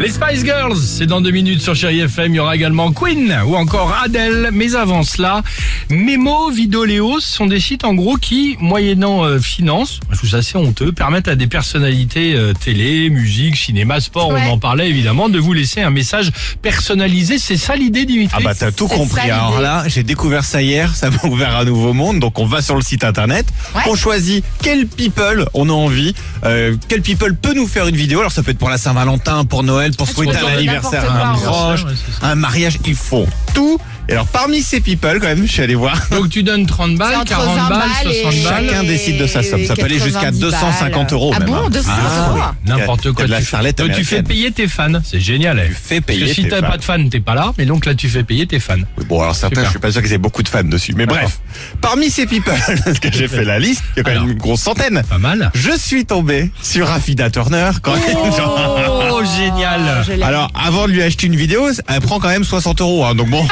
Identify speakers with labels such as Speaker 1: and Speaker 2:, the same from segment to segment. Speaker 1: Les Spice Girls, c'est dans deux minutes sur Chéri FM. Il y aura également Queen ou encore Adele. Mais avant cela, Memo, Vidoléos sont des sites en gros qui, moyennant euh, finance, je trouve ça assez honteux, permettent à des personnalités euh, télé, musique, cinéma, sport,
Speaker 2: Ouais.
Speaker 1: on en parlait évidemment, de vous laisser un message personnalisé. C'est ça l'idée, Dimitri
Speaker 3: Ah bah t'as tout
Speaker 2: C'est ça,
Speaker 3: compris.
Speaker 2: l'idée.
Speaker 3: Alors là, j'ai découvert ça hier, ça m'a ouvert un nouveau monde. Donc on va sur le site internet,
Speaker 2: Ouais.
Speaker 3: on choisit quel people on a envie, euh, quel people peut nous faire une vidéo. Alors ça peut être pour la Saint-Valentin, pour Noël, pour
Speaker 2: Ah, tu
Speaker 3: souhaiter
Speaker 2: peux
Speaker 3: un
Speaker 2: dire
Speaker 3: anniversaire
Speaker 2: n'importe
Speaker 3: à un
Speaker 2: quoi, hein. ouais.
Speaker 3: proche,
Speaker 1: Ouais, c'est ça.
Speaker 3: un mariage, ils font tout. Et alors parmi ces people quand même, je suis allé voir.
Speaker 1: Donc tu donnes 30
Speaker 2: C'est
Speaker 1: balles,
Speaker 2: entre
Speaker 1: 40
Speaker 2: 20
Speaker 1: balles,
Speaker 2: balles et-
Speaker 1: 60 balles.
Speaker 3: Chacun décide de sa somme. Ça peut aller jusqu'à
Speaker 2: 90
Speaker 3: 250
Speaker 2: balles.
Speaker 3: euros
Speaker 2: Ah
Speaker 3: même.
Speaker 2: bon,
Speaker 3: hein.
Speaker 2: 250
Speaker 3: Ah,
Speaker 2: euros
Speaker 3: oui.
Speaker 1: N'importe quoi.
Speaker 3: T'as de la
Speaker 1: tu, fais-
Speaker 3: charlette
Speaker 1: Donc, tu fais
Speaker 3: américaine.
Speaker 1: payer tes fans. C'est génial. eh.
Speaker 3: Tu fais
Speaker 1: Parce que
Speaker 3: payer
Speaker 1: si
Speaker 3: tes
Speaker 1: t'as
Speaker 3: fans.
Speaker 1: pas de fans, t'es pas là. Mais donc là, tu fais payer tes fans.
Speaker 3: Bon, alors certains,
Speaker 1: Super.
Speaker 3: je suis pas sûr qu'ils aient beaucoup de fans dessus. Mais bref, parmi ces people, parce que j'ai fait la liste, il y a quand
Speaker 1: Alors.
Speaker 3: même une grosse centaine.
Speaker 1: Pas mal.
Speaker 3: Je suis tombé sur Rafida Turner quand même. genre.
Speaker 1: Oh, génial.
Speaker 2: Je l'ai.
Speaker 3: Alors, avant de lui acheter une vidéo, elle prend quand même 60 euros. hein, donc bon,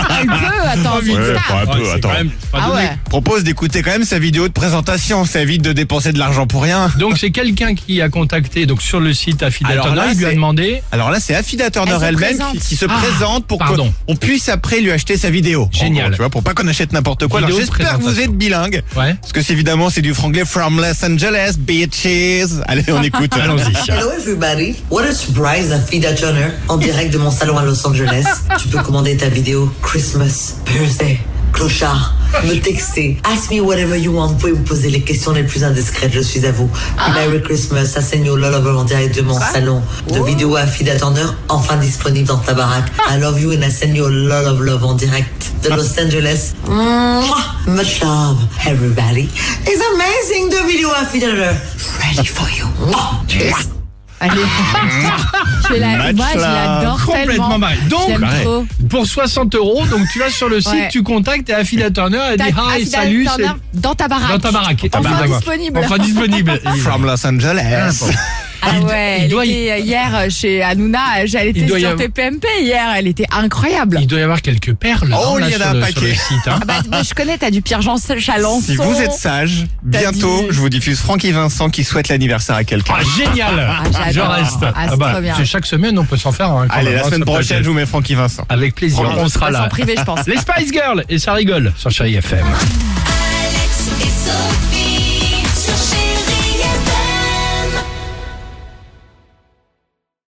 Speaker 1: Ah,
Speaker 2: Elle peut, attends, c'est une
Speaker 3: Ouais,
Speaker 2: star.
Speaker 3: pas un peu,
Speaker 1: Ouais, c'est
Speaker 3: attends.
Speaker 1: quand même pas
Speaker 2: Ah
Speaker 1: donné.
Speaker 2: ouais.
Speaker 3: propose d'écouter quand même sa vidéo de présentation. Ça évite de dépenser de l'argent pour rien.
Speaker 1: Donc c'est quelqu'un qui a contacté donc sur le site
Speaker 3: Alors
Speaker 1: Affidator.
Speaker 3: là,
Speaker 1: il lui a
Speaker 3: c'est-
Speaker 1: demandé.
Speaker 3: Alors là, c'est Affida Turner
Speaker 2: Elle se
Speaker 3: elle-même
Speaker 2: présente.
Speaker 3: qui, qui se
Speaker 1: Ah,
Speaker 3: présente pour
Speaker 1: pardon.
Speaker 3: qu'on puisse après lui acheter sa vidéo.
Speaker 1: Génial.
Speaker 3: En gros, tu vois, pour pas qu'on achète n'importe quoi. Alors
Speaker 1: Vidéo de
Speaker 3: j'espère que vous
Speaker 1: présentation.
Speaker 3: êtes bilingue.
Speaker 1: Ouais.
Speaker 3: Parce que c'est évidemment, c'est du franglais from Los Angeles, bitches. Allez, on écoute.
Speaker 2: Ah,
Speaker 1: Allons-y.
Speaker 4: Hello everybody, what a surprise Afida Turner en direct de mon salon à Los Angeles. Tu peux commander ta vidéo Christmas, Thursday, clochard, me texter, ask me whatever you want, vous pouvez me poser les questions les plus indiscrètes, je suis à vous. Merry Christmas, Assenio Lolover en direct de mon salon de vidéo Afida Turner, enfin disponible dans ta baraque. I love you and Assenio Love of Love en direct de Los Angeles. Mwah! Much love, everybody. It's amazing the video Afida Turner, ready for you. Mwah!
Speaker 2: Elle est- je la,
Speaker 3: Match
Speaker 2: moi, je
Speaker 3: là.
Speaker 2: l'adore
Speaker 1: Complètement
Speaker 2: tellement.
Speaker 1: barré. Donc
Speaker 2: J'aime
Speaker 3: barré.
Speaker 2: trop.
Speaker 1: pour 60 euros, donc tu vas sur le site,
Speaker 2: Ouais.
Speaker 1: tu contactes et Affida Turner elle dit
Speaker 2: T'as-
Speaker 1: hi,
Speaker 2: Afida
Speaker 1: salut, c'est
Speaker 2: Turner Dans ta baraque.
Speaker 1: dans ta baraque. Ah,
Speaker 2: Enfin
Speaker 1: d'accord.
Speaker 2: disponible.
Speaker 1: Enfin disponible.
Speaker 3: From Los Angeles.
Speaker 2: Ah
Speaker 1: Il-
Speaker 2: ouais,
Speaker 1: il
Speaker 2: elle
Speaker 1: doit y-
Speaker 2: était euh, hier chez Hanouna, euh, j'allais
Speaker 1: Il
Speaker 2: était
Speaker 1: doit y
Speaker 2: sur
Speaker 1: avoir-
Speaker 2: TPMP hier, elle était incroyable.
Speaker 1: Il doit y avoir quelques perles
Speaker 3: Oh,
Speaker 1: hein, là,
Speaker 3: il y en a
Speaker 1: sur,
Speaker 3: un
Speaker 1: le, sur
Speaker 3: paquet.
Speaker 1: le site. hein.
Speaker 2: Ah bah, moi, je connais, t'as du Pierre-Jean Chalençon.
Speaker 3: Si vous êtes sage,
Speaker 2: T'as
Speaker 3: bientôt,
Speaker 2: dit-
Speaker 3: je vous diffuse Francky Vincent qui souhaite l'anniversaire à quelqu'un.
Speaker 1: Ah, génial
Speaker 2: j'adore.
Speaker 1: Je reste. bah,
Speaker 2: Ah, c'est trop bien.
Speaker 1: c'est chaque semaine, on peut s'en faire. hein, quand
Speaker 3: Allez,
Speaker 1: même,
Speaker 3: la
Speaker 1: hein,
Speaker 3: semaine
Speaker 1: ça peut
Speaker 3: prochaine,
Speaker 1: être-
Speaker 3: je vous mets Francky Vincent.
Speaker 1: Avec plaisir,
Speaker 2: Promis.
Speaker 1: on sera
Speaker 2: Pas
Speaker 1: là.
Speaker 2: s'en priver, je pense.
Speaker 1: Les Spice Girls, et ça rigole sur Chéri FM.
Speaker 5: Alex et Sophie.